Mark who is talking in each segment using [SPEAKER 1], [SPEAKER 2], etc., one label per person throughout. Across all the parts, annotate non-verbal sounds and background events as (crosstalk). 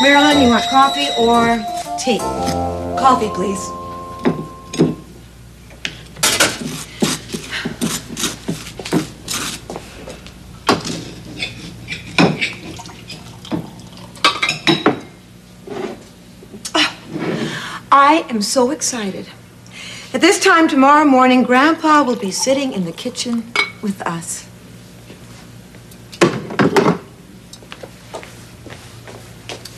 [SPEAKER 1] Marilyn, you want coffee or tea?
[SPEAKER 2] Coffee, please.
[SPEAKER 1] Ah, I am so excited. At this time tomorrow morning, Grandpa will be sitting in the kitchen with us.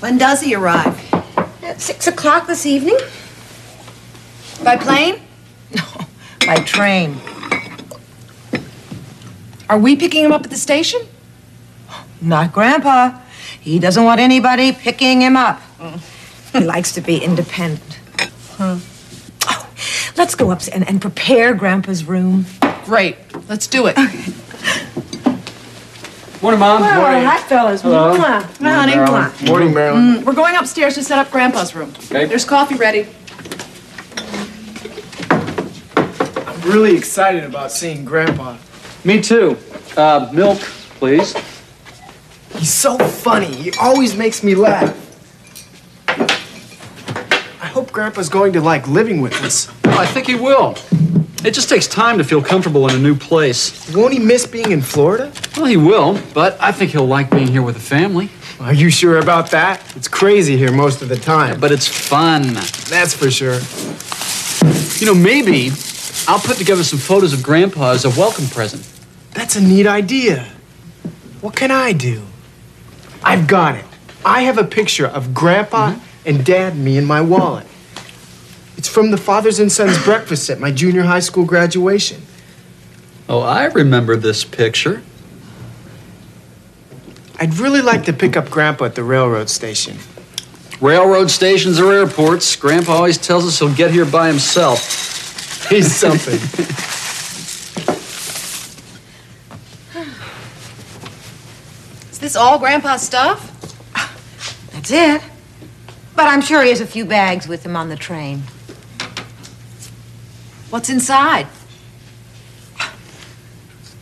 [SPEAKER 2] When does he arrive?
[SPEAKER 1] At six o'clock this evening?
[SPEAKER 2] By plane?
[SPEAKER 1] (laughs) No, by train.
[SPEAKER 2] Are we picking him up at the station?
[SPEAKER 1] Not Grandpa. He doesn't want anybody picking him up. He likes to be independent. Oh, let's go up and, and prepare Grandpa's room.
[SPEAKER 3] Great. Let's do it.
[SPEAKER 4] Morning, Mom.
[SPEAKER 1] Well, hi, fellas.
[SPEAKER 4] Hello.
[SPEAKER 1] Mwah.
[SPEAKER 3] Morning, Marilyn.
[SPEAKER 4] Morning,
[SPEAKER 5] Mm.
[SPEAKER 4] Marilyn.
[SPEAKER 3] We're going upstairs to set up Grandpa's room.
[SPEAKER 4] Okay.
[SPEAKER 3] There's coffee ready.
[SPEAKER 5] I'm Mm. really excited about seeing Grandpa.
[SPEAKER 4] Me too. Uh, milk, please.
[SPEAKER 5] He's so funny. He always makes me laugh. I hope Grandpa's going to like living with us.
[SPEAKER 4] I think he will. It just takes time to feel comfortable in a new place.
[SPEAKER 5] Won't he miss being in Florida?
[SPEAKER 4] Well, he will, but I think he'll like being here with the family.
[SPEAKER 5] Are you sure about that? It's crazy here most of the time, but
[SPEAKER 4] But it's fun.
[SPEAKER 5] that's for sure.
[SPEAKER 4] You know, maybe I'll put together some photos of Grandpa as a welcome present.
[SPEAKER 5] That's a neat idea. What can I do? I've got it. I have a picture of Grandpa
[SPEAKER 4] Mm-hmm.
[SPEAKER 5] and Dad and me in my wallet. It's from the Fathers and Sons breakfast at my junior high school graduation.
[SPEAKER 4] Oh, I remember this picture.
[SPEAKER 5] I'd really like to pick up Grandpa at the railroad station.
[SPEAKER 4] Railroad stations or airports, Grandpa always tells us he'll get here by himself.
[SPEAKER 5] He's something.
[SPEAKER 3] Is this all Grandpa's stuff?
[SPEAKER 1] That's it. But I'm sure he has a few bags with him on the train.
[SPEAKER 3] What's inside?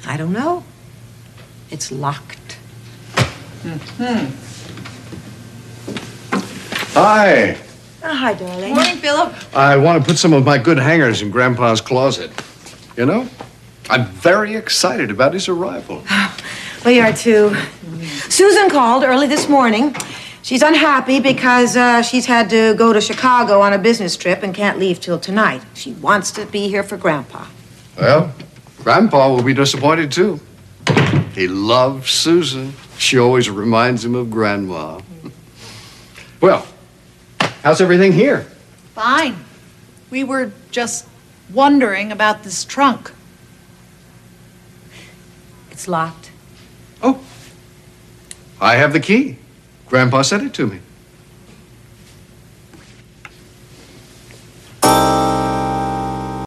[SPEAKER 1] I don't know. It's locked.
[SPEAKER 6] Hi.
[SPEAKER 1] Oh, hi, darling.
[SPEAKER 3] Morning, Philip.
[SPEAKER 6] I want to put some of my good hangers in Grandpa's closet. You know, I'm very excited about his arrival.
[SPEAKER 1] We are too. Susan called early this morning. She's unhappy because uh, she's had to go to Chicago on a business trip and can't leave till tonight. She wants to be here for Grandpa.
[SPEAKER 6] Well, Grandpa will be disappointed too. He loves Susan. She always reminds him of Grandma. Well, how's everything here?
[SPEAKER 3] Fine. We were just wondering about this trunk.
[SPEAKER 1] It's locked.
[SPEAKER 6] I have the key. Grandpa sent it to me.